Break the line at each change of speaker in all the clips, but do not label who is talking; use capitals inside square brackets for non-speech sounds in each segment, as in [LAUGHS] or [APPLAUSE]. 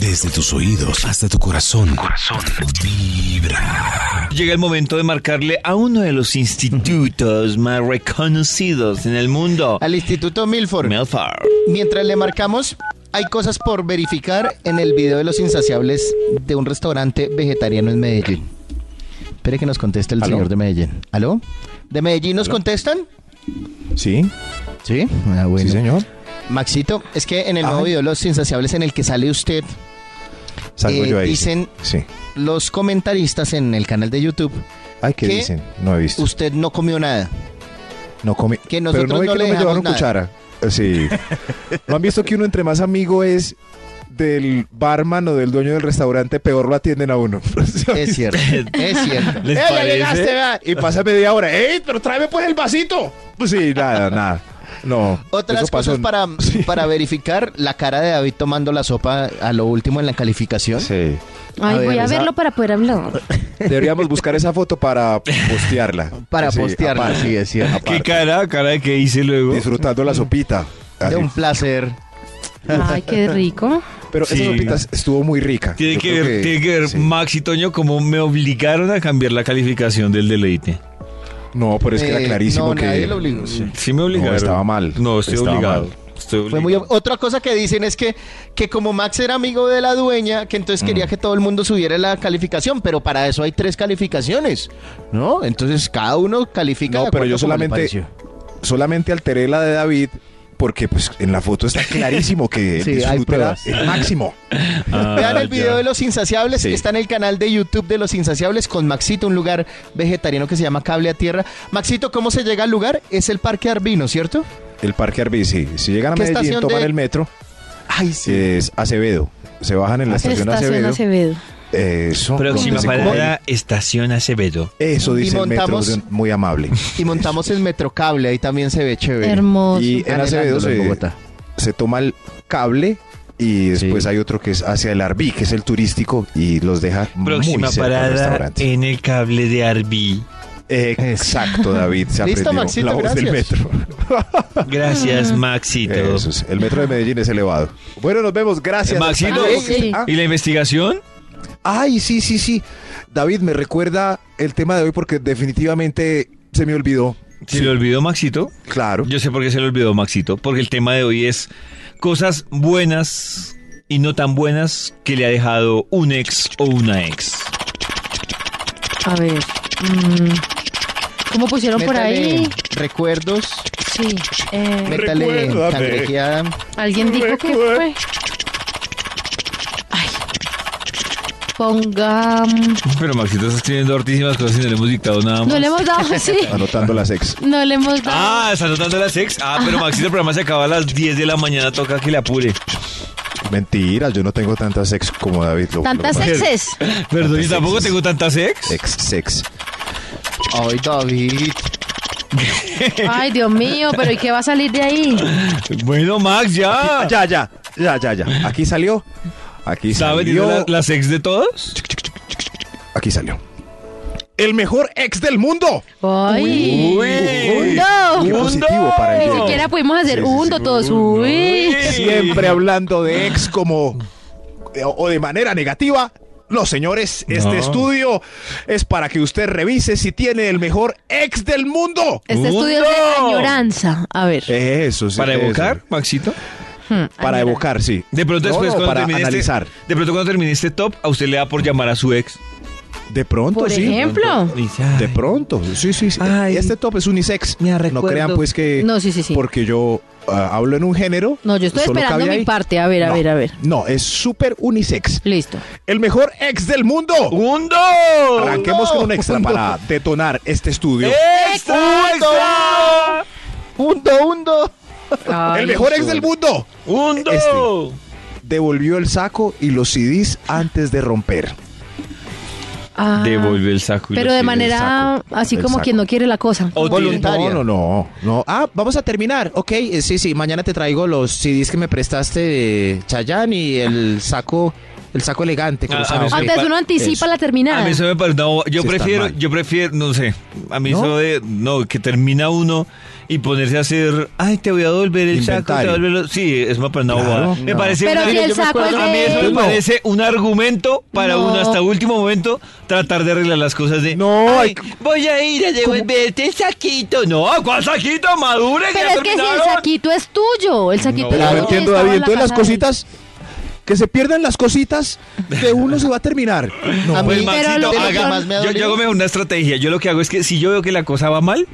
Desde tus oídos hasta tu corazón. Corazón. Vibra.
Llega el momento de marcarle a uno de los institutos más reconocidos en el mundo.
Al Instituto Milford.
Melfar.
Mientras le marcamos, hay cosas por verificar en el video de los insaciables de un restaurante vegetariano en Medellín. Espere que nos conteste el
¿Aló?
señor de Medellín. ¿Aló? ¿De Medellín nos contestan?
Sí,
Sí. Ah, bueno.
sí, señor.
Maxito, es que en el nuevo
Ay.
video de los insaciables en el que sale usted,
Salgo
Eh,
yo ahí.
dicen-
Sí. Sí.
los comentaristas en el canal de YouTube,
Ay, ¿qué,
que
dicen? No he visto.
usted no comió nada.
no comí.
que nosotros
Pero no, vi
no
que
le
no me
dejamos
llevaron
nada.
cuchara. Eh,
[LAUGHS]
Sí. ¿No han visto que uno entre más amigo es del barman o del dueño del restaurante, peor lo atienden a uno? [LAUGHS]
Es cierto, es cierto.
¿Les
¡Eh, ya llegaste,
parece?
vea! Y pasa media hora. ¡Ey, pero tráeme pues el vasito! Pues sí, nada, nada. No.
Otras
eso pasó
cosas
en-
para,
[LAUGHS] Sí.
para verificar la cara de David tomando la sopa a lo último en la calificación.
Sí.
A
Ay,
ver,
voy a
esa-
verlo para poder hablar.
Deberíamos buscar esa foto para postearla.
Para
Sí,
postearla,
aparte.
sí, es cierto.
¿Qué
Aparte.
cara, cara que hice luego?
Disfrutando la sopita.
De
Así.
un placer.
Ay, qué rico.
Pero
Sí.
esa sopita estuvo muy rica.
Tiene
Yo
que,
creo
ver, tiene que ver
sí.
Max y Toño como me obligaron a cambiar la calificación del deleite.
No, pero es que era
Eh,
Pues clarísimo
no,
que.
nadie lo obligó.
Sí me obligaron.
No, estaba mal.
No, estoy
Estaba
obligado.
mal.
Estoy
Fue
obligado.
muy ob- Otra cosa que dicen es que, que como Max era amigo de la dueña, que entonces
Mm.
quería que todo el mundo subiera la calificación, pero para eso hay tres calificaciones, ¿no? Entonces cada uno califica.
No,
de
pero yo
acuerdo como le
solamente,
pareció.
solamente alteré la de David porque pues en la foto está clarísimo que
[LAUGHS]
él
Sí, hay
disfruta
pruebas.
el máximo.
Ah,
Vean el
ya.
video de Los Insaciables,
Sí.
está en el canal de YouTube de Los Insaciables con Maxito, un lugar vegetariano que se llama Cable a Tierra. Maxito, ¿cómo se llega al lugar? Es el Parque Arbino, ¿cierto?
El Parque Arví, sí. Si llegan a
¿Qué
Medellín,
estación
toman
de-
el metro,
Ay, sí.
es Acevedo. Se bajan en la [LAUGHS] estación,
Estación
Acevedo.
Acevedo.
Eso.
Próxima
donde se
parada, Estación Acevedo.
come. Eso
Y
dice el metro,
montamos-
de un- muy amable.
Y montamos el Metrocable, ahí también se ve chévere.
Hermoso.
Y en Acevedo
Anhelándolo en
se,
Bogotá.
se toma el cable y después
Sí.
hay otro que es hacia el Arví, que es el turístico, y los deja
Próxima
muy cerca del
parada
restaurante.
en el cable de Arbi.
[LAUGHS]
Exacto, David. Se
Listo,
aprendió
Maxito,
la voz del
gracias.
metro.
Gracias,
[LAUGHS]
Maxito.
Eso es, El metro de Medellín es elevado. Bueno, nos vemos. Gracias.
Maxito,
Ah, sí.
Ah,
¿y la investigación?
Ay, sí, sí, sí. David, me recuerda el tema de hoy porque definitivamente se me olvidó.
¿Se le olvidó Maxito?
Claro.
Yo sé por qué se le olvidó Maxito, porque el tema de hoy es cosas buenas y no tan buenas que le ha dejado un ex o una ex.
A ver. mm, ¿Cómo pusieron por
Métale
ahí?
Recuerdos,
Sí. eh,
métale
Recuérdame.
cangrejeada.
Alguien dijo que fue. Ay. Ponga. mm,
Pero Maxito está escribiendo hartísimas cosas y no le hemos dictado nada más.
No le
[LAUGHS]
hemos dado, sí.
Anotando las ex.
No le hemos dado.
Ah, está anotando las ex. Ah, pero Maxito, el programa se acaba a las 10 de la mañana, toca que le apure.
Mentiras, yo no tengo tantas ex como David. Lo,
Tantas
lo- [LAUGHS]
exes.
Perdón, ¿y tampoco
exes.
tengo tantas ex?
Ex, sex.
Ay, David.
Ay, Dios mío, pero ¿y qué va a salir de ahí?
Bueno, Max, ya.
Ya, ya, ya, ya, ya. Aquí salió. Aquí
¿Saben
salió.
Ah. la- las ex de todos?
Aquí salió. El mejor ex del mundo.
Ay.
Qué
¡Undo!
positivo para el
Ni
día.
siquiera pudimos hacer
Sí, sí,
hundo
sí.
todos. Uy.
Siempre hablando de ex como o de manera negativa. No, señores, este
No.
estudio es para que usted revise si tiene el mejor ex del mundo.
Este estudio es de
¡Undo!
añoranza. A ver.
Eso, sí.
¿Para
eso.
evocar, Maxito?
hmm,
Eh, Para
añoranza.
evocar, sí.
De pronto
No,
después
no,
cuando
para
termine este-
analizar.
de pronto cuando termine este top, a usted le da por llamar a su ex.
De pronto,
Por
sí.
ejemplo.
De pronto, sí, sí, sí.
Ay.
este top es unisex.
Me
no
recuerdo.
crean pues que
No, sí, sí, sí.
porque yo ah, hablo en un género.
No, yo estoy
solo
esperando
cabía
mi
ahí.
parte. A ver, a
No,
ver, a ver.
No, es súper unisex.
Listo.
El mejor ex del mundo.
Uh,
¡Undo!
Arranquemos con un
[LAUGHS]
extra para detonar este estudio.
Eh,
¡Extra! ¡Extra!
Hundo, hundo.
Ay,
el mejor ex del mundo.
¡Undo!
Devolvió el saco y los CDs antes de romper.
ah,
Devolvió Este, el saco. y
Pero
lo
de
tiene.
manera
saco,
así
el
como
saco.
quien no quiere la cosa.
O
Voluntario. Voluntaria.
No, no, no, no.
Ah, vamos a terminar. Ok, eh, sí, sí. Mañana te traigo los CDs que me prestaste de Chayanne y el saco, el saco elegante.
Ah,
cruzado.
a mí se me
Ok.
Antes uno anticipa la terminada.
A mí eso me parece. no, yo
Sí, está
prefiero,
mal.
yo prefiero, no sé. A mí
¿No?
eso de. No, que termina uno y ponerse a hacer, ay, te voy a devolver el saco, te voy a
Inventario.
devolver lo-". Sí, es más, pero no,
Claro,
bobada. Me
no.
parece
Pero
una-
si el
yo me
saco es
acuerdo-
de
A mí eso me
él.
parece un argumento para
No.
uno hasta último momento tratar de arreglar las cosas de,
No,
"Ay,
hay-
voy a ir a devolverte el saquito. No, ¿cuál saquito? Madure,
Pero
ya
es que si el
terminaron.
saquito es tuyo, el saquito
Pero
es
no
tuyo,
entiendo,
estaba
David.
en la
Entonces las
casa de él.
cositas, que se pierdan las cositas, de uno se va a terminar.
[LAUGHS]
No,
A mí-
Pues
Pero
Maxito,
lo que
haga-
más me ha
yo,
dolido-
yo hago mejor una estrategia. Yo lo que hago es que si yo veo que la cosa va mal,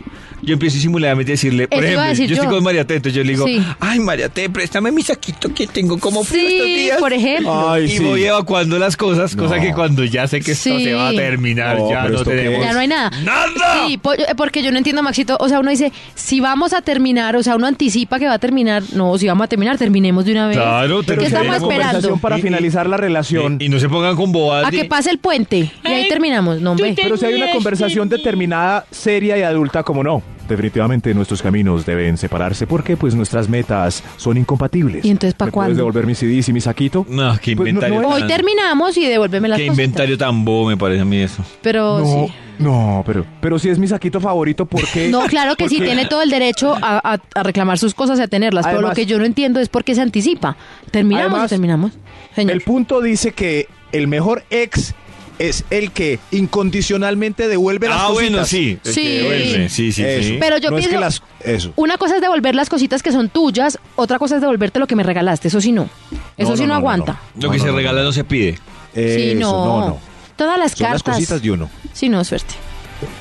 yo empiezo simuladamente a decirle, por
Eso iba
ejemplo,
a decir
yo, estoy
yo.
con María T, entonces yo le digo,
Sí.
ay María T, préstame mi saquito que tengo como frío estos
Sí,
días.
por ejemplo.
Ay,
y
sí.
voy evacuando las cosas, cosa que cuando ya sé que esto
Sí.
se va a terminar,
No,
ya
pero
no
¿esto qué
tenemos.
Ya no hay nada.
Pues ¡Nada!
Sí, po- eh, porque yo no entiendo, Maxito. O sea, uno dice, si vamos a terminar, o sea, uno anticipa que va a terminar. No, si vamos a terminar, terminemos de una vez.
Claro,
¿Qué
pero
estamos
tenemos
esperando?
conversación para
Y- y-
finalizar la relación.
Y, y no se pongan con bobadas.
A
de-
que pase el puente. Y ahí terminamos. No, hombre.
Pero si hay una conversación determinada, seria y adulta, como no. Definitivamente nuestros caminos deben separarse porque pues nuestras metas son incompatibles.
¿Y entonces pa'
¿Me puedes
cuándo?
devolver mis CDs y mi saquito?
No, qué
Pues, no,
inventario.
no
Hoy
tan-
terminamos y devuélveme las
Qué
cositas.
inventario tan bobo me parece a mí eso.
Pero
no,
Oh, sí.
no, pero, pero si es mi saquito favorito, ¿por qué?
[LAUGHS] No, claro que sí,
Porque-
tiene todo el derecho a, a- a reclamar sus cosas y a tenerlas. pero lo
Además-
que yo no entiendo es por qué se anticipa. ¿Terminamos o
Además,
terminamos? Señor.
El punto dice que el mejor ex es el que incondicionalmente devuelve las
Ah,
cositas.
bueno, sí. el que
Sí.
devuelve, Sí, sí,
Eso.
sí.
Pero yo
No es que
pienso-
las- eso.
Una cosa es devolver las cositas que son tuyas, otra cosa es devolverte lo que me regalaste. Eso sí no. Eso
No,
sí
no, no, no,
no, aguanta.
Lo que
No,
se
no, no,
regala no se pide.
Sí,
Eso,
no.
no, no.
Todas las
Son las
cartas.
cositas de uno.
Sí, no, suerte.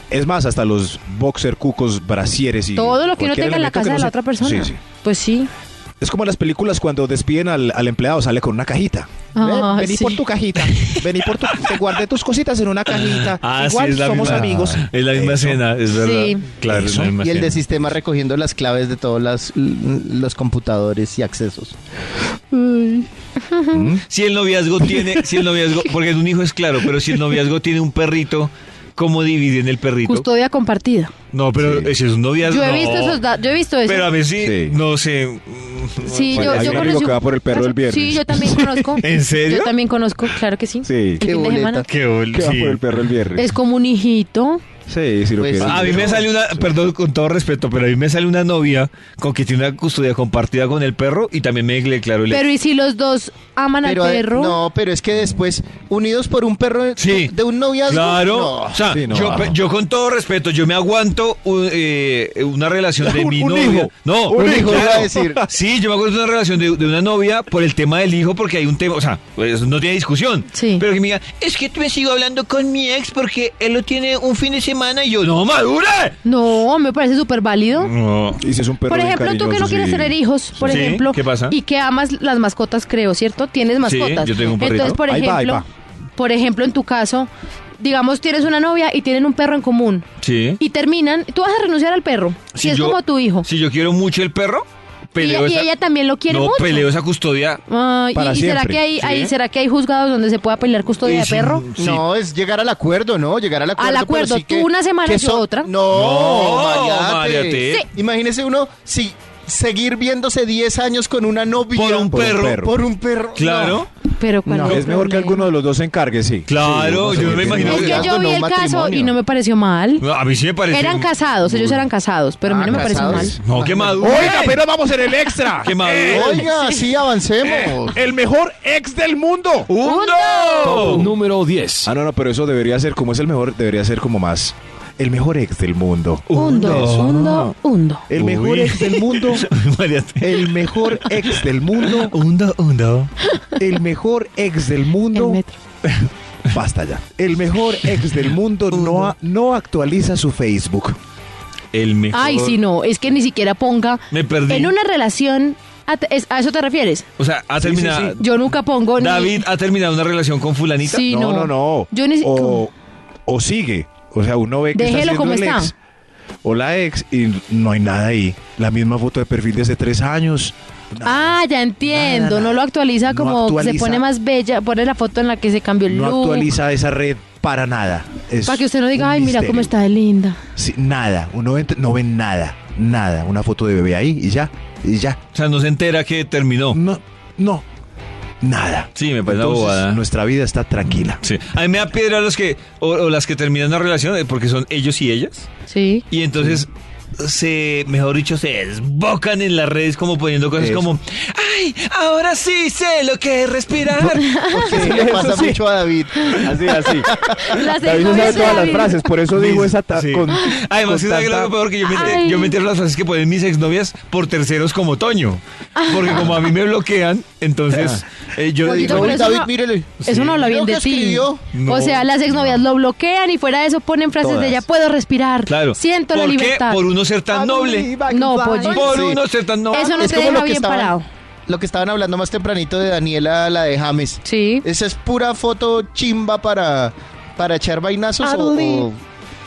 Es más, hasta los boxer, cucos, brasieres y...
Todo lo que uno
cualquier
tenga en la
elemento que
casa
no
de la
se-
otra persona.
Sí, sí.
Pues sí.
Es como en las películas cuando despiden al, al empleado, sale con una cajita.
Ah,
vení
sí.
por tu cajita. Vení por tu. Te guardé tus cositas en una cajita.
Ah,
Igual
sí, es la
somos
misma,
amigos.
Es la misma
Eso.
escena, es verdad.
Sí.
Claro, es
Eso.
la misma
Y el de
escena.
sistema recogiendo las claves de todos las- los computadores y accesos.
Si el noviazgo tiene, si el noviazgo, porque un hijo es claro, pero si el noviazgo tiene un perrito, ¿cómo dividen el perrito?
Custodia compartida.
No, pero ese es un noviazgo.
Yo he
no.
visto esos da- yo he visto eso.
Pero a mí sí,
Sí.
no sé.
Sí,
Bueno,
yo,
hay
yo
un amigo
conocí
que va por el perro el viernes.
Sí, yo también
[LAUGHS]
conozco.
¿En serio?
Yo también conozco, claro que sí.
Sí.
El fin de semana.
Qué bol-
Que va
sí.
por el perro el viernes.
Es como un hijito.
Sí, sí, lo
Pues
que
sí.
A mí me sale una, perdón, con todo respeto, pero a mí me sale una novia con que tiene una custodia compartida con el perro y también me declaró el
Pero ¿y si los dos aman
Pero,
al
eh,
perro?
No, pero es que después, unidos por un perro de-
Sí.
de un noviazgo.
Claro.
no.
o sea,
sí, no.
yo, pe- yo con todo respeto, yo me aguanto un- eh, una relación de
[LAUGHS] Un-
mi
un
novia.
hijo.
No,
Un hijo,
claro.
iba a decir.
Sí, yo me acuerdo de una relación de, de una novia por el tema del hijo, porque hay un tema, o sea, pues, no tiene discusión.
Sí.
Pero que me diga, es que me sigo hablando con mi ex porque él lo tiene un fin de semana y yo, no, madura.
No, me parece súper válido.
No.
Y si es un perro
por
Mm, bien
ejemplo, tú que no
cariñoso,
quieres
sí.
tener hijos, por
Sí,
ejemplo,
¿qué pasa?
y que amas las mascotas, creo, ¿cierto? Tienes mascotas.
yo tengo un perrito.
Entonces, por
Ahí
ejemplo,
va, ahí va.
por ejemplo, en tu caso, digamos tienes una novia y tienen un perro en común
Sí.
y terminan, tú vas a renunciar al perro, si, es
yo-
como tu hijo.
Si yo quiero mucho el perro,
y,
peleo
y
esa-
ella también lo quiere
no,
mucho.
peleo esa custodia.
Ah, y-
Para
y, será
siempre,
que hay,
¿sí?
ahí será que hay juzgados donde se pueda pelear custodia de
Sí,
perro?
sí.
No, es llegar al acuerdo, ¿no? Llegar al acuerdo. pero
acuerdo,
sí
tú
que-
una semana
que
y yo otra.
No,
No,
Mariate.
Mariate. Sí.
Imagínese uno si seguir viéndose 10 años con una novia.
Por un
Por un
perro.
perro.
Por un perro.
Claro.
Pero ¿cuál
No,
es el
es mejor que
problema?
alguno de los dos se encargue, sí.
Claro,
Sí,
yo
uno se
me
entiende.
imagino
Es que
Noviazgo,
yo vi
no
el caso
matrimonio.
y no me pareció mal.
No, A mí sí me parece. [LAUGHS]
Eran casados, ellos eran casados, pero a mí
Ah,
no me pareció mal.
casados.
No, que madure.
Oiga, pero vamos en el extra.
Eh,
que madure.
No. Oiga, sí,
[LAUGHS]
avancemos.
El mejor ex del mundo.
¡Uno!
Número 10.
Ah, no, no, pero eso debería ser, como es el mejor, debería ser como más. El mejor ex del mundo.
Hundo, hundo, hundo.
El
Uy.
mejor ex del mundo.
Mariate.
El mejor ex del mundo.
Undo, undo.
El mejor ex del
El
mundo.
metro.
Basta ya. El mejor ex del mundo no, a- no actualiza su Facebook.
El mejor.
Ay, si no, es que ni siquiera ponga
Me perdí.
en una relación. ¿A, te- es- a eso te refieres?
O sea, ha terminado.
Yo nunca pongo. ni-
David ha terminado una relación con fulanita.
Sí,
no, no, no.
Yo ni si-
o, o sigue. O sea, uno ve que está
Déjelo
haciendo
como
el
está.
ex. O la ex y no hay nada ahí. La misma foto de perfil de hace tres años.
Ah, ya entiendo.
Nada,
No lo actualiza
No
como se
actualiza.
pone más bella. Pone la foto en la que se cambió el
No
look.
actualiza esa red para nada. Es
Para que usted no
un
diga, ay, mira cómo
misterio".
está de linda.
Sí, nada. Uno entra- no ve nada. Nada. Una foto de bebé ahí y ya. Y ya.
O sea, no se entera que terminó.
No. No. Nada.
Sí, me parece una
Entonces,
bobada.
Nuestra vida está tranquila.
Sí. A mí me da piedra los que. O, o las que terminan una relación eh, porque son ellos y ellas.
Sí.
Y entonces se, mejor dicho, se desbocan en las redes como poniendo cosas
Eso.
como, ay, ahora sí sé lo que es respirar.
Porque eso le
eso
pasa
sí.
mucho a David.
Así, así.
Las
David no sabe
novias de
todas las
David.
frases, por eso digo esa ta-
Sí.
con,
[GASPS] Además,
con
¿sabes qué es
tanta-
lo peor que yo me,
Ay.
yo me entero las frases que ponen mis exnovias por terceros como Toño. Porque como a mí me bloquean, entonces
Ah.
eh, yo
Poquito,
digo,
pero eso
David,
no-
mírele.
Eso no habla
Creo
bien
que
de ti.
escribió.
No.
O sea, las exnovias lo bloquean y fuera de eso ponen frases
Todas.
de ya puedo respirar.
claro,
Siento
¿por
la
qué?
libertad.
Por uno ser tan noble.
No, Polly.
Por
Sí.
uno ser tan noble.
Eso no
Es
te
como
deja
lo que
bien
estaban-
parado.
Lo que estaban hablando más tempranito de Daniela, la de James.
Sí.
Esa es pura foto chimba para, para echar vainazos o, o, o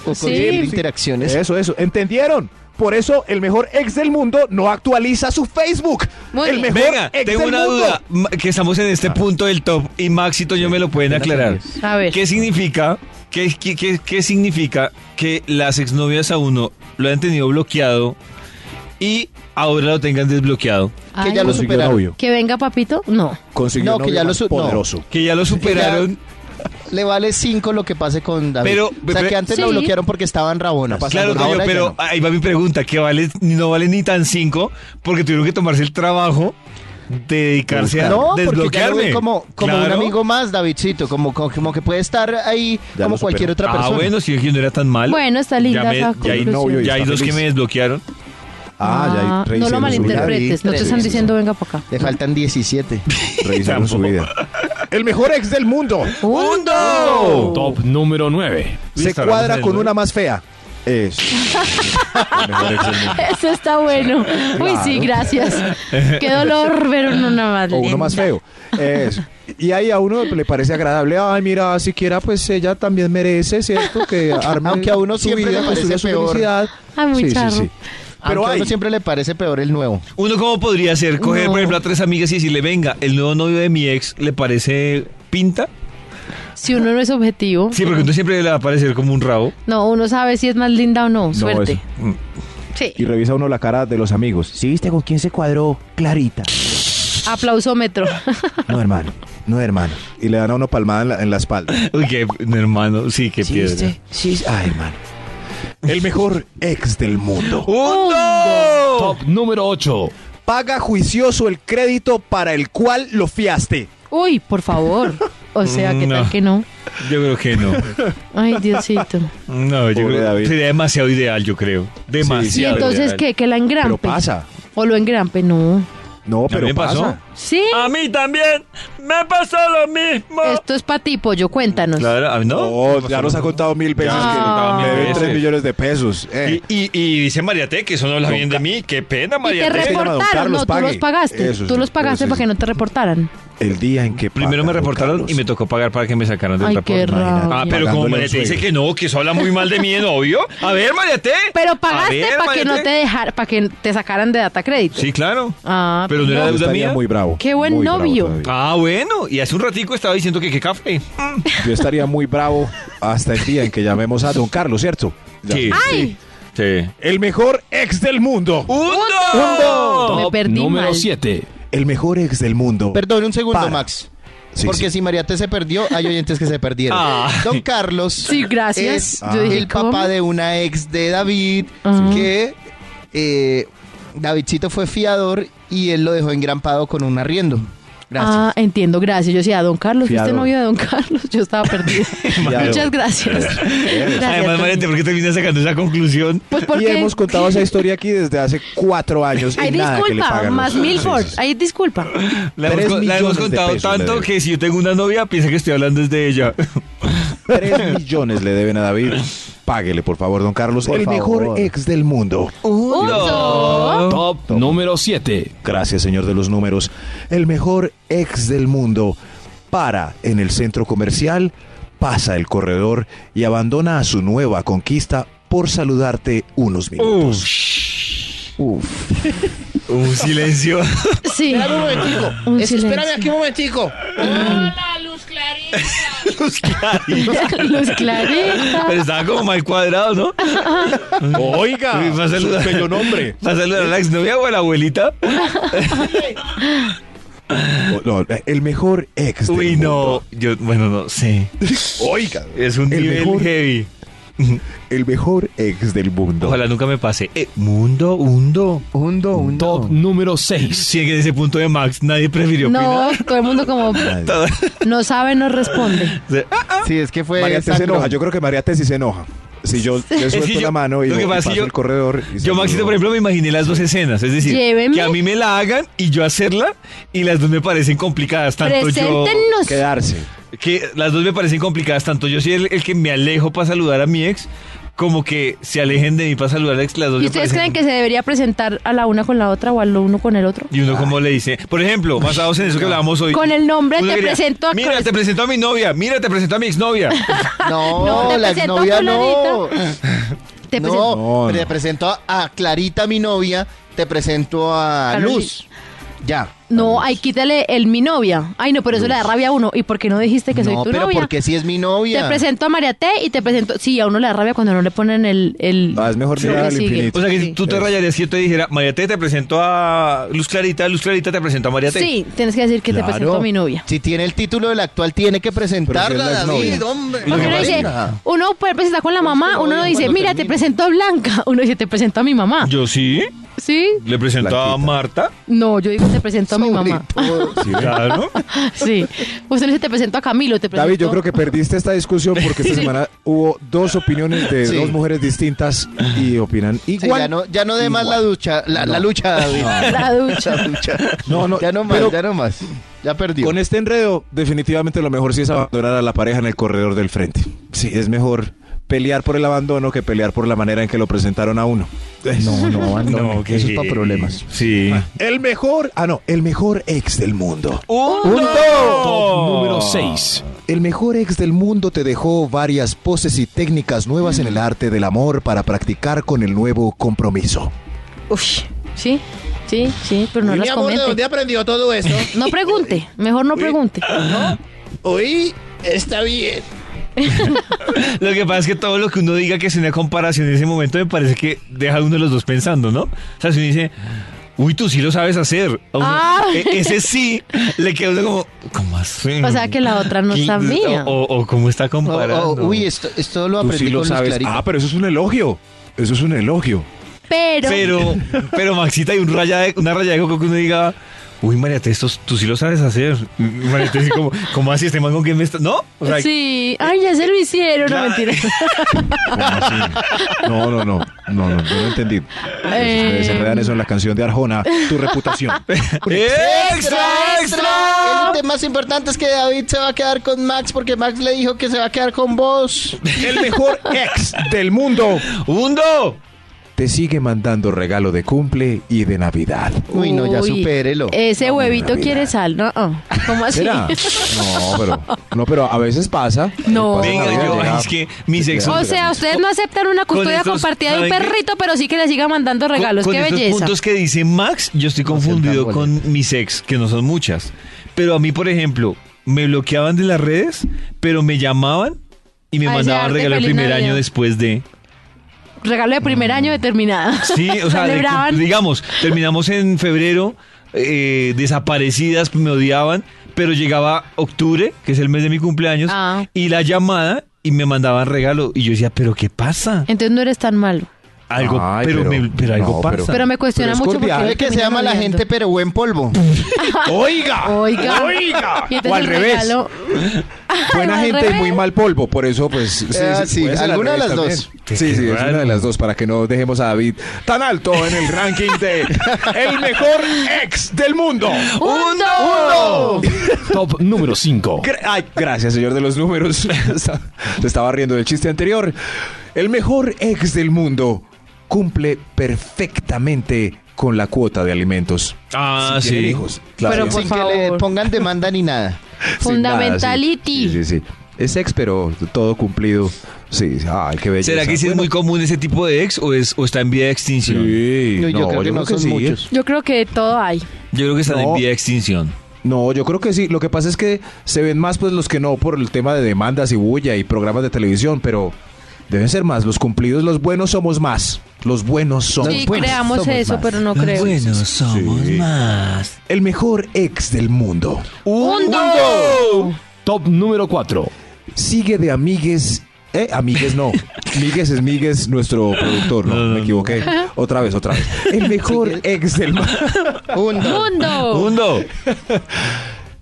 conseguir
Sí.
interacciones.
Eso, eso. ¿Entendieron? Por eso el mejor ex del mundo no actualiza su Facebook.
Muy
el
bien.
mejor
Venga,
ex
tengo
del
una
mundo. Ah.
duda, ma- que estamos en este punto del top y Max y Toño me lo pueden aclarar.
A ver.
¿Qué significa? ¿Qué, qué- qué- qué significa que las exnovias a uno lo han tenido bloqueado y ahora lo tengan desbloqueado?
Ay,
ya lo
Consiguió
superaron.
novio.
que venga papito. No.
Consiguió
No, que
novio
ya lo
más
su- no.
poderoso.
Que ya lo superaron.
Le vale 5 lo que pase con David.
Pero-
o sea,
pero-
que antes lo
Sí.
bloquearon porque estaban rabona.
Claro, Toño,
Ahora ya
pero
no.
ahí va mi pregunta, que vale, no vale ni tan cinco, porque tuvieron que tomarse el trabajo de dedicarse a
No, porque ya lo
desbloquearme.
ven como, como un
Claro.
amigo más, Davidcito, como, como, como que puede estar ahí
Ya
como
lo
cualquier
superó.
otra
Ah,
persona.
bueno, si yo no era tan mal.
Bueno, está linda
ya, me-
esa
ya hay,
conclusión.
novio y
ya hay
está
dos que
feliz.
me desbloquearon.
Ah, ya
no lo
revisaron su vida.
malinterpretes. No te están diciendo venga para acá.
Le faltan 17.
[LAUGHS]
Revisaron su vida. El mejor ex del mundo.
¡Mundo!
[LAUGHS] Top número 9.
Se
Instagram,
cuadra
¿no?
con una más fea. Eso. El mejor ex del mundo.
Eso está bueno. Uy, sí, gracias. Qué dolor ver uno nada más.
O uno más feo.
[LAUGHS]
Eso. Y ahí a uno le parece agradable. Ay, mira, siquiera pues ella también merece, ¿cierto? Que
[LAUGHS]
arme
Aunque a uno
su
siempre
vida,
le parece
construya su
peor. Ah,
felicidad.
Ay, muy charro.
Pero
Pero a
hay,
uno siempre le parece peor el nuevo.
Uno cómo podría hacer, coger por ejemplo a tres amigas y decirle, venga, el nuevo novio de mi ex le parece pinta.
Si uno no es objetivo,
Sí, porque uno siempre le va a parecer como un rabo. [LAUGHS]
no, uno sabe si es más linda o no. Suerte.
mm.
Sí.
y revisa uno la cara de los amigos. Sí, viste con quién se cuadró, Clarita.
Aplausómetro. [LAUGHS]
No, hermano. No, hermano. Y le dan a uno palmada en la, en la espalda.
Uy, qué hermano, sí, qué
Sí,
piedra.
viste, sí, ay, hermano. El mejor ex del mundo.
¡Uno!
Top número 8.
Paga juicioso el crédito para el cual lo fiaste.
Uy, por favor. O sea, ¿qué
Mm, No.
tal que no?
Yo creo que no.
Ay,
[LAUGHS]
Diosito.
No, yo
Pobre
creo
David.
sería demasiado ideal, yo creo. Demasiado.
¿Y entonces
ideal.
qué? ¿Que la engrampe?
Pero pasa.
¿O lo engrampe? No.
No,
¿A mí
pero
me
pasa.
pasó?
Sí.
A mí también me pasó lo mismo.
Esto es para ti, pollo. Cuéntanos.
Claro, a mí no.
No, Oh, ya nos ha contado mil veces
nos
que
ha contado
me
mil
deben
Ah, veces.
3 millones de pesos. Eh.
Y, y- y dice Mariate que eso no habla bien de mí. Qué pena,
Y te
Mariate.
re- llama don
reportaron.
Carlos,
No, tú
pague.
los pagaste.
Eso
tú
sí,
los pagaste
eso
para
sí.
que no te reportaran.
El día en que
Primero me
paga, don
reportaron
Carlos.
y me tocó pagar para que me sacaran del
Ay, qué
reporte.
rabia.
Ah, pero como
Pagándole al
Mariate dice
suegro.
que no, que eso habla muy mal de mí de novio. A ver, Mariate.
Pero
A
pagaste
ver,
para que no
Mariate.
te dejar, para que te sacaran de data crédito.
Sí, claro.
Ah,
Pero no era
Yo
deuda
estaría
mía.
muy bravo.
Qué buen
muy bravo
novio.
todavía.
[LAUGHS]
Ah, bueno. Y hace un ratico estaba diciendo que qué café.
Yo estaría muy bravo hasta el día en que llamemos a don Carlos, ¿cierto? Ya.
Sí.
¡Ay!
Sí.
El mejor ex del mundo.
¡Uno!
Me
Top.
perdí
Número
mal.
7.
El mejor ex del mundo.
Perdón, un segundo,
Para.
Max.
Sí,
porque
sí.
si Mariate se perdió, hay oyentes que se perdieron.
Ah.
Don Carlos.
Sí, gracias.
Es
Yo dije,
el
¿cómo?
papá de una ex de David
Ah.
que eh, Davidcito fue fiador y él lo dejó engrampado con un arriendo. Gracias.
Ah, entiendo, gracias. Yo decía, don Carlos, ¿fuiste
Fiador.
novio de don Carlos? Yo
[LAUGHS]
estaba perdida.
Fiador. [LAUGHS]
Muchas gracias. Gracias,
Además,
Toño.
Mariate, ¿por qué terminas sacando esa conclusión?
Pues
Y
porque...
hemos contado
[LAUGHS]
esa historia aquí desde hace cuatro años. y
Ay,
nada que le
disculpa,
pagan los-
más
Sí, sí,
Milford.
sí.
Ay, disculpa.
La
Tres
hemos, co- la hemos
millones de
contado
pesos le
tanto
debe.
que si yo tengo una novia, piensa que estoy hablando es de
[LAUGHS]
ella.
Tres millones le deben a David. Páguele, por favor, don Carlos.
Por
el mejor
favor.
ex del mundo.
¡Uno!
Top número 7.
Gracias, señor de los números. El mejor ex del mundo para en el centro comercial, pasa el corredor y abandona a su nueva conquista por saludarte unos
Uh.
minutos.
Un silencio.
Sí.
Espérame un momentico.
Un
Es- espérame
silencio.
aquí un momentico.
[LAUGHS] Luz clarita.
Pero estaba como mal cuadrado, ¿no?
Oiga,
Uy, va a saludar.
bello nombre.
¿Vas a saludar a la exnovia o a la abuelita?
Oh, el mejor ex del
Uy,
mundo.
no. Yo, bueno, no sé.
Oiga,
Es un
El
nivel
mejor-
heavy.
El mejor ex del mundo.
Ojalá nunca me pase. Eh, mundo, hundo.
Hundo, hundo.
Top número 6.
Si es que en ese punto de Max nadie prefirió
No,
opinar.
todo el mundo como no sabe, no responde.
[LAUGHS] O sea,
Sí, es que fue.
Ah. María T se
sacro.
enoja. Yo creo que María T sí se enoja. Si yo le
Es que
suelto
yo-
la mano y
lo
lo
que pasa es que yo-
el corredor. y
Yo,
saludo.
Maxito, por ejemplo, me imaginé las dos escenas. Es decir,
Llévenme.
que a mí me la hagan y yo hacerla, y las dos me parecen complicadas. Tanto yo.
Preséntenos.
Quedarse.
Que las dos me parecen complicadas. Tanto yo soy el, el que me alejo para saludar a mi ex, como que se alejen de mí para saludar a ex. Las dos
¿Y
me
ustedes
parecen-
creen que se debería presentar a la una con la otra o al uno con el otro?
Y uno como le dice, por ejemplo, basados en eso que hablábamos hoy.
Con el nombre
uno
te presento a-
Mira, te presento a mi novia, mira, te presento a mi exnovia.
No,
No, te
la
presento a
exnovia no.
Te presento-
no,
No,
te
no.
presento a- a Clarita, mi novia. Te presento a
Carolina.
Luz. Ya.
No, ahí quítale el mi novia. Ay, no, pero eso le da rabia a uno. ¿Y por qué no dijiste que soy
no,
tu
pero
novia?
porque si es mi novia.
Te presento a María T y te presento. Sí, a uno le da rabia cuando no le ponen el. el
Ah, es mejor
lo
mirar
que
al
sigue.
infinito.
O sea que
Sí.
si tú te rayarías si yo te dijera, María T, te presento a Luz Clarita, Luz Clarita, te presento a María T.
Sí, tienes que decir que
Claro.
te presento a mi [LAUGHS] novia.
Si tiene el título del actual, tiene que presentarla,
Pero si es la
David,
exnovia.
hombre.
Porque uno dice,
Venga.
uno puede presentar
Pues
con la mamá, uno no dice, mira, te presento a Blanca. [LAUGHS] Uno dice, te presento a mi mamá.
Yo sí,
¿Sí?
le presento a
Blanquita.
Marta.
No, yo digo, te presento a mi
Sobre
mamá.
todo.
Sí, ¿eh?
Claro. [LAUGHS]
[LAUGHS] Sí. Usted no dice, te presento a Camilo, te presento
David, yo creo que perdiste esta discusión porque esta semana hubo dos opiniones de
Sí.
dos mujeres distintas y opinan
Sí,
igual.
ya no, ya no dé más la
Igual.
ducha, la, la lucha, David.
La ducha.
[LAUGHS] La lucha.
No, no,
Ya no más,
pero-
ya no más. Ya perdió.
Con este enredo, definitivamente lo mejor sí es abandonar a la pareja en el corredor del frente. Sí, es mejor pelear por el abandono que pelear por la manera en que lo presentaron a uno.
No, no, abandone.
que-
Eso es para problemas.
Sí.
El mejor, ah no, el mejor ex del mundo.
¡Un
Top número
Ah.
6.
El mejor ex del mundo te dejó varias poses y técnicas nuevas en el arte del amor para practicar con el nuevo compromiso.
Uy, sí, sí, sí, pero no
Uy, mi
las
amor, ¿de dónde
comente.
aprendió todo esto?
No pregunte, mejor no pregunte.
Hoy está bien.
Lo que pasa es que todo lo que uno diga que es una comparación en ese momento me parece que deja a uno de los dos pensando, ¿no? O sea, si uno dice, uy, tú sí lo sabes hacer. a uno-
Ah.
e- ese sí le queda a uno como, ¿cómo así?
O sea, que la otra no
¿Qué-
sabía.
O, o cómo está
O- o-
comparando.
oh, uy, esto, esto lo aprendí con Luz Clarita.
Ah, pero eso es un elogio. Eso es un elogio.
Pero,
pero, pero Maxita, hay un raya de- una raya de coco que uno diga, uy, María, T, esto tú sí lo sabes hacer. Y María, T, sí, como, ¿cómo así este man con quién me está? ¿No? O sea,
sí, ay, ya se lo hicieron, no
Claro.
[LAUGHS]
mentira.
No, no, no, no, no, yo no entendí.
Eh.
Ustedes enredan eso en la canción de Arjona, tu reputación.
¡Extra, extra!
El tema más importante es que David se va a quedar con Max porque Max le dijo que se va a quedar con vos.
El mejor ex del mundo.
¡Hundo!
Te sigue mandando regalo de cumple y de Navidad.
Uy, no, ya
Uy,
supérelo.
Ese huevito
Navidad.
quiere sal, ¿no? ah, ¿Cómo así? [LAUGHS]
¿Será? No, pero, no, pero a veces pasa.
No.
Pasa
Venga,
Navidad,
yo,
llega-
es que mis ex
O sea, ustedes no aceptan una
Con
custodia
estos-
compartida de un
¿saben qué?
perrito, pero sí que le siga mandando regalos.
Con,
¡Qué
con estos
belleza!
puntos que dice Max, yo estoy confundido con mis ex, que no son muchas. Pero a mí, por ejemplo, me bloqueaban de las redes, pero me llamaban y me
A
mandaban
desearte
regalo el
feliz
primer
Navidad.
año después de.
Regalo de primer año determinada.
Sí, o sea, de-
Celebraban.
digamos, terminamos en febrero, eh, desaparecidas, me odiaban, pero llegaba octubre, que es el mes de mi cumpleaños,
Ah.
y la llamada y me mandaban regalo. Y yo decía, ¿pero qué pasa?
Entonces no eres tan malo.
Algo,
Ay,
pero,
pero-
me- pero algo
no,
pasa.
pero-
Pero me cuestiona
Pero es
mucho porque.
cordial.
me
Sabe que se
terminan
llama la
odiando.
gente, pero buen polvo.
Oiga,
Oiga. [LAUGHS]
oiga.
Y entonces
o al
el
revés.
regalo-
[LAUGHS] Buena
o al
gente y
revés.
muy mal polvo, por eso pues sí,
Ah, sí,
puede ser al
alguna de
revés
las
también.
dos.
Qué
Sí, sí, es
raro.
una de las dos para que no dejemos a David tan alto en el ranking de el mejor ex del mundo.
¡Uno! [LAUGHS]
Top número
[LAUGHS]
5.
Gra- Ay, gracias, señor de los números. [LAUGHS] Se estaba riendo del chiste anterior. El mejor ex del mundo cumple perfectamente con la cuota de alimentos.
Ah,
Si tienen
sí.
hijos, claro.
Pero,
Sí,
Sin
por
que le
favor.
pongan demanda ni nada.
sin nada, sí.
Fundamentality.
Sí, sí, sí. Es ex, pero todo cumplido. Sí, ay, qué belleza.
¿Será que sí es
Bueno,
muy común ese tipo de ex o, es, o está en vía de extinción?
Sí,
No, yo creo que no son
sí.
muchos.
Yo creo que de todo hay.
Yo creo que están en
No.
vía de extinción.
No, yo creo que sí. Lo que pasa es que se ven más pues los que no por el tema de demandas y bulla y programas de televisión, pero deben ser más. Los cumplidos, los buenos somos más. Los buenos somos
Sí,
más.
creamos
Somos
eso,
más.
pero no creo.
Bueno, somos más.
El mejor ex del mundo
Top número 4.
sigue de amigues. Eh, amigues no. Migues es Migues, nuestro productor. No,
No, no,
me equivoqué. Otra vez, otra vez. El mejor ex del mundo
Hundo.
¡Mundo!
Mundo.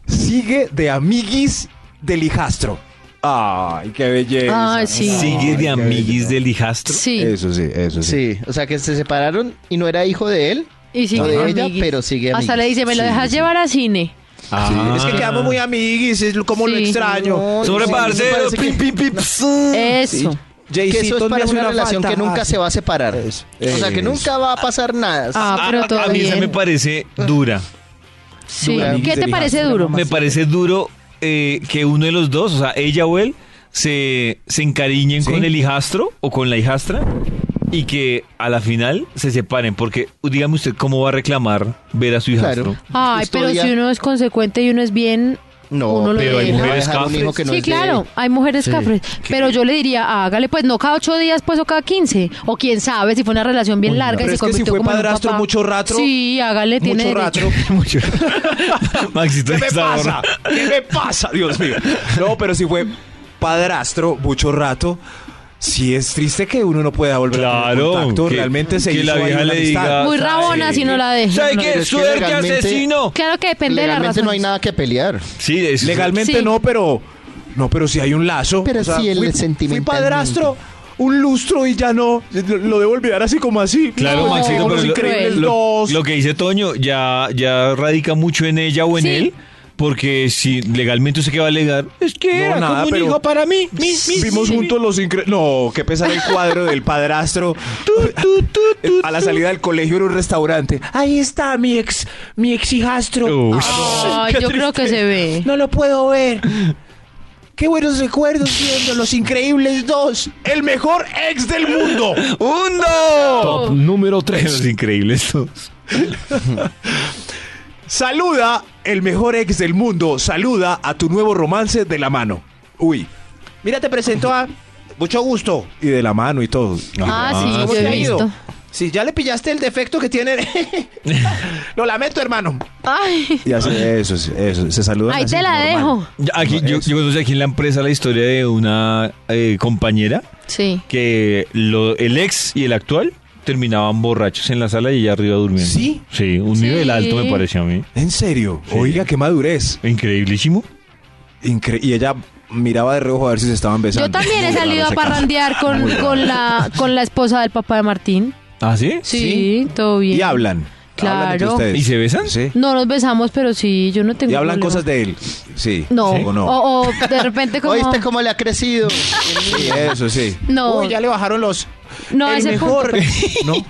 sigue de amiguis del hijastro. Ay, qué belleza.
Ay, Ah, sí.
Sigue de amiguis del hijastro.
Sí.
Eso sí, eso sí.
Sí, o sea que se separaron y no era hijo de él.
Y sigue
No de ella,
amiguis.
pero sigue
Hasta
amiguis.
le dice, ¿me lo
Sí,
dejas
sí.
llevar a cine?
Ah.
Es que quedamos muy amiguis, es como lo
Sí.
extraño.
No,
Sobre
sí, me
parcero.
parece
pim,
que-
pim, pim, psum.
Eso.
Jay-Z,
que eso es
todo me
para
hace
una relación
falta.
que nunca
Ah,
se va a separar.
Eso.
O sea que
Eso.
nunca va a pasar nada.
Ah, pero
A
todo
mí esa me
bien.
parece dura.
Sí.
dura,
¿Qué te
amiguis
parece
del hijastro,
duro?
la
Me parece duro eh, que uno de los dos, o sea, ella o él, se, se encariñen
Sí.
con el hijastro o con la hijastra y que a la final se separen. Porque dígame usted cómo va a reclamar ver a su hijastro.
Claro.
[LAUGHS]
Ay, pero
Custodia.
si uno es consecuente y uno es bien...
No,
uno lo
pero hay
deja.
Va a
mujeres
dejar un
cafres.
hijo que no
sí,
es de
claro,
él.
hay mujeres
Sí.
cafres. Pero yo le diría, hágale pues no cada ocho días, pues o cada quince. O quién sabe, si fue una relación bien larga y
Pero
se
es que si
convirtió
fue
como en un
padrastro
papá.
mucho rato,
Sí, hágale, tiene
Mucho
derecho.
[LAUGHS]
rato.
Mucho. Maxito
¿Qué me
está
pasa?
borra-
¿Qué me pasa? Dios mío. No, pero si fue padrastro mucho rato. Sí es triste que uno no pueda volver a
[LAUGHS]
tener
Claro,
contacto.
que-
Realmente se
que la
hizo ahí
vieja
una
le
amistad.
diga-
Muy
Sí.
rabona si no la deja.
¿Sabe
No,
qué?
pero es que
¡Suerte,
legalmente-
asesino!
Claro que depende de la
Legalmente
razón.
no hay nada que pelear.
Sí, es
Legalmente
Sí.
no, pero no, pero si hay un lazo.
Pero sí el
fui, fui
sentimentalmente.
padrastro un lustro y ya no. Lo, lo debo olvidar así como así.
Claro,
No,
Maxito, pero
los
lo-
increíbles
lo-
dos.
Lo que dice Toño ya, ya radica mucho en ella o en
Sí.
él, porque si legalmente usted que va a alegar, es que
No,
era
nada,
como un
pero-
hijo para mí. Mi, mi,
Vimos
mi,
juntos los increíbles. No, qué pesar el cuadro del padrastro. a la salida del colegio en un restaurante. Ahí está mi ex, mi ex
mi.
hijastro.
Uy,
Ay, yo creo que se ve.
No lo puedo ver. Qué buenos recuerdos viendo Los Increíbles 2. El mejor ex del mundo.
¡Uno!
Top número
Los
3.
increíbles todos.
Saluda, el mejor ex del mundo, saluda a tu nuevo romance de la mano. Uy. Mira, te presento [LAUGHS] a mucho gusto. Y de la mano y todo.
Ah, sí,
¿Cómo
yo
te
he
ha ido?
visto.
Si ya le pillaste el defecto que tiene.
[LAUGHS]
lo lamento, hermano.
Ay,
Y hace eso, sí, eso. Se saluda.
ahí te la dejo.
Ya, Aquí, yo, yo conocí aquí en la empresa la historia de una eh, compañera
Sí.
que lo- el ex y el actual terminaban borrachos en la sala y ella arriba durmiendo.
¿Sí?
Sí, un
Sí.
nivel alto me pareció a mí.
En serio.
Sí.
Oiga, qué madurez.
Increíblísimo.
Incre- y ella miraba de reojo a ver si se estaban besando.
Yo también he
Muy
salido a
raro ese caso.
parrandear con,
Muy raro.
con, la, con la esposa del papá de Martín.
¿Ah, sí?
Sí, todo bien.
Y hablan.
Claro.
Hablan entre ustedes.
¿Y se besan?
Sí.
No nos besamos, pero sí, yo no tengo
Y hablan
problema.
cosas de él. Sí.
No. Oh.
¿O no?
O, o de repente como...
¿Oíste cómo le ha
[LAUGHS]
crecido?
Sí, eso sí.
No,
Uy, ya le bajaron los.
no a
el
ese
mejor.
punto.
¿No?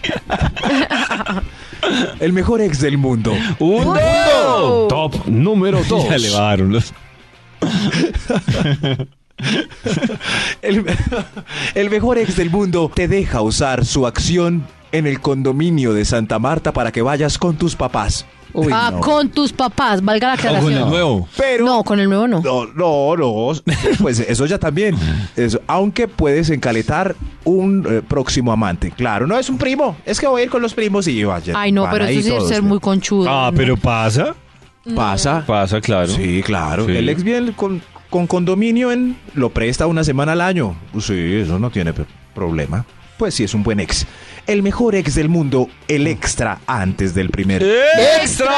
el mejor ex del mundo.
¡Un dedo!
Top número
[LAUGHS] Ya
2.
le bajaron los.
El, [LAUGHS] el mejor ex del mundo te deja usar su acción en el condominio de Santa Marta para que vayas con tus papás.
Uy,
Ah,
no.
con tus papás, valga la
O con
aclaración.
el nuevo.
Pero
No, con el nuevo no.
No, no, no. [LAUGHS] Pues eso ya también. Eso. Aunque puedes encaletar un eh, próximo amante. Claro, no es un primo. Es que voy a ir con los primos y vaya.
Ay, no,
van
pero
ahí
eso sí es
todos,
ser
¿no?
muy conchudo.
Ah,
¿no?
pero pasa.
Pasa.
Pasa, claro.
Sí, claro.
Sí.
El ex bien con, con condominio en lo presta una semana al año. Sí, eso no tiene pe- problema. Pues sí, es un buen ex. El mejor ex del mundo, el extra antes del primer.
¿Eh? ¡Extra,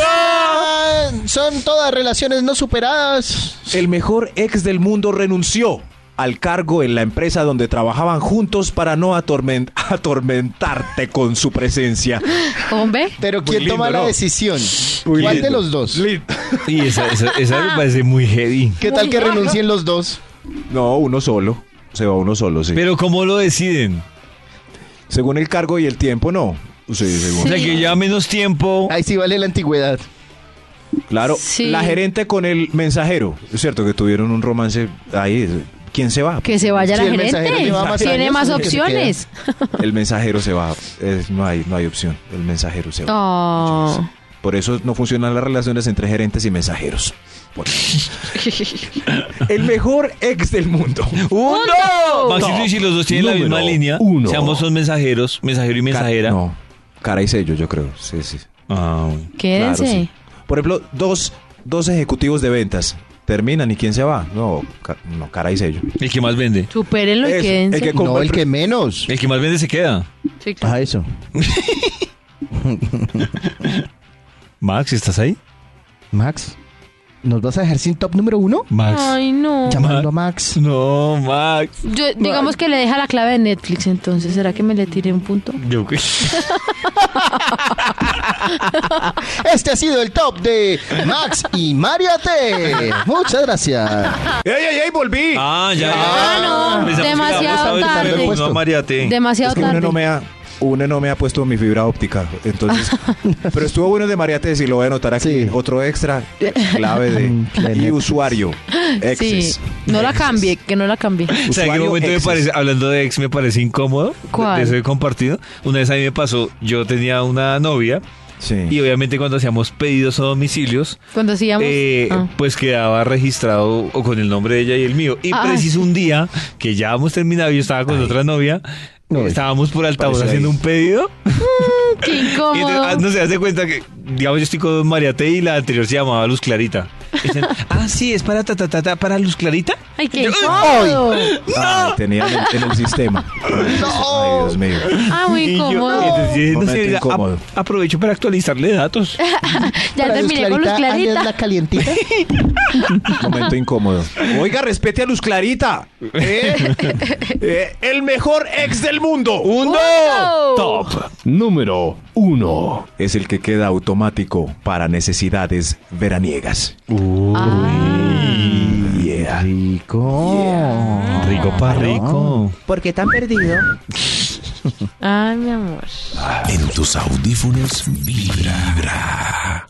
Ah, Son todas relaciones no superadas.
El mejor ex del mundo renunció al cargo en la empresa donde trabajaban juntos para no atormen- [LAUGHS] atormentarte con su presencia.
¿Hombre?
Pero
Muy
¿quién
lindo,
toma la
¿no?
decisión? ¿Cuál de los dos?
Y esa, esa, esa me parece muy heavy.
¿Qué tal que renuncien los dos?
No, uno solo. Se va uno solo, sí.
Pero ¿cómo lo deciden?
según el cargo y el tiempo, no. Sí, según.
O sea, que ya menos tiempo.
Ahí sí vale la antigüedad.
Claro,
Sí.
la gerente con el mensajero. Es cierto que tuvieron un romance ahí. ¿Quién se va?
Que se vaya
Si
la
el mensajero
gerente.
lleva más
Tiene
años,
más
¿no? que se
opciones.
El mensajero se va. Es- no, hay, no hay opción. El mensajero se va.
Oh.
Por eso no funcionan las relaciones entre gerentes y mensajeros. Por- el mejor ex del mundo.
¡Uno! Maxito, y si los dos tienen la
Número
misma línea,
uno.
si ambos son mensajeros, mensajero y mensajera.
Ca- no, cara y sello, yo creo. Sí, sí.
Ah, bueno.
Quédense.
Claro, sí. Por ejemplo, dos, dos ejecutivos de ventas. terminan y quién se va. No, ca- no cara y sello.
El que más vende.
Supérenlo y
Eso,
quédense.
el que
No,
compra
el
el
que menos.
El que más vende se queda.
Sí, claro.
Ah, eso.
Max, ¿estás ahí?
Max, ¿nos vas a dejar sin top número uno?
Max.
Ay, no.
Llamando a Max.
No, Max.
Yo, digamos que le deja la clave de Netflix, entonces, ¿será que me le tiré un punto?
Yo
[LAUGHS]
Este ha sido el top de Max y Mariate. Muchas gracias.
¡Ey, ey, ey! ¡Volví!
Ah, ya.
Ah, no,
Pensamos que
demasiado
estábamos hablando
tarde.
de Bruno Mariate.
Demasiado
es que
tarde.
uno no me ha... uno no me ha puesto mi fibra óptica,
[LAUGHS]
entonces... pero estuvo bueno el de Mariate, si lo voy a anotar aquí.
Sí.
Otro extra, clave
Mm, que
de... y
Netflix.
usuario.
Sí,
Exes.
no la cambie, que no la cambie.
O sea, en qué
Usuario
momento me
exes.
parece, hablando de ex, me parece incómodo
¿Cuál?
de ser compartido. Una vez a mí me pasó, yo tenía una novia
Sí.
y obviamente cuando hacíamos pedidos a domicilios,
Cuando hacíamos...
eh,
Ah.
pues quedaba registrado o con el nombre de ella y el mío. Y
Ah,
preciso un día que ya habíamos terminado, yo estaba con otra novia,
Ay.
estábamos por altavoz
Parece ahí.
haciendo un pedido. Y
Qué
entonces, ah,
incómodo.
no se hace cuenta que, digamos, yo estoy con Mariate y la anterior se llamaba Luz Clarita. Y
[LAUGHS]
dicen, ah, sí, es para ta, ta, ta, ta, para Luz Clarita.
Ay, qué incómodo.
Ay, Ah, tenía en el, en el [LAUGHS] sistema. Ay, Dios mío.
Ah, muy
Y yo-
incómodo.
y entonces, no
Momento
sé, diga,
incómodo.
"Ap- aprovecho para actualizarle
[LAUGHS]
datos.
ya terminé con los
Ahí es
claritas.
la calientita.
Momento incómodo. Oiga, respete a Luz Clarita.
[LAUGHS]
¿eh? Eh, el mejor ex del mundo.
¡Uno!
Top número uno.
Es el que queda automático para necesidades veraniegas.
Ah.
Yeah.
Rico.
Rico pa' rico.
¿Por qué tan perdido?
Ay, mi amor.
En tus audífonos vibra.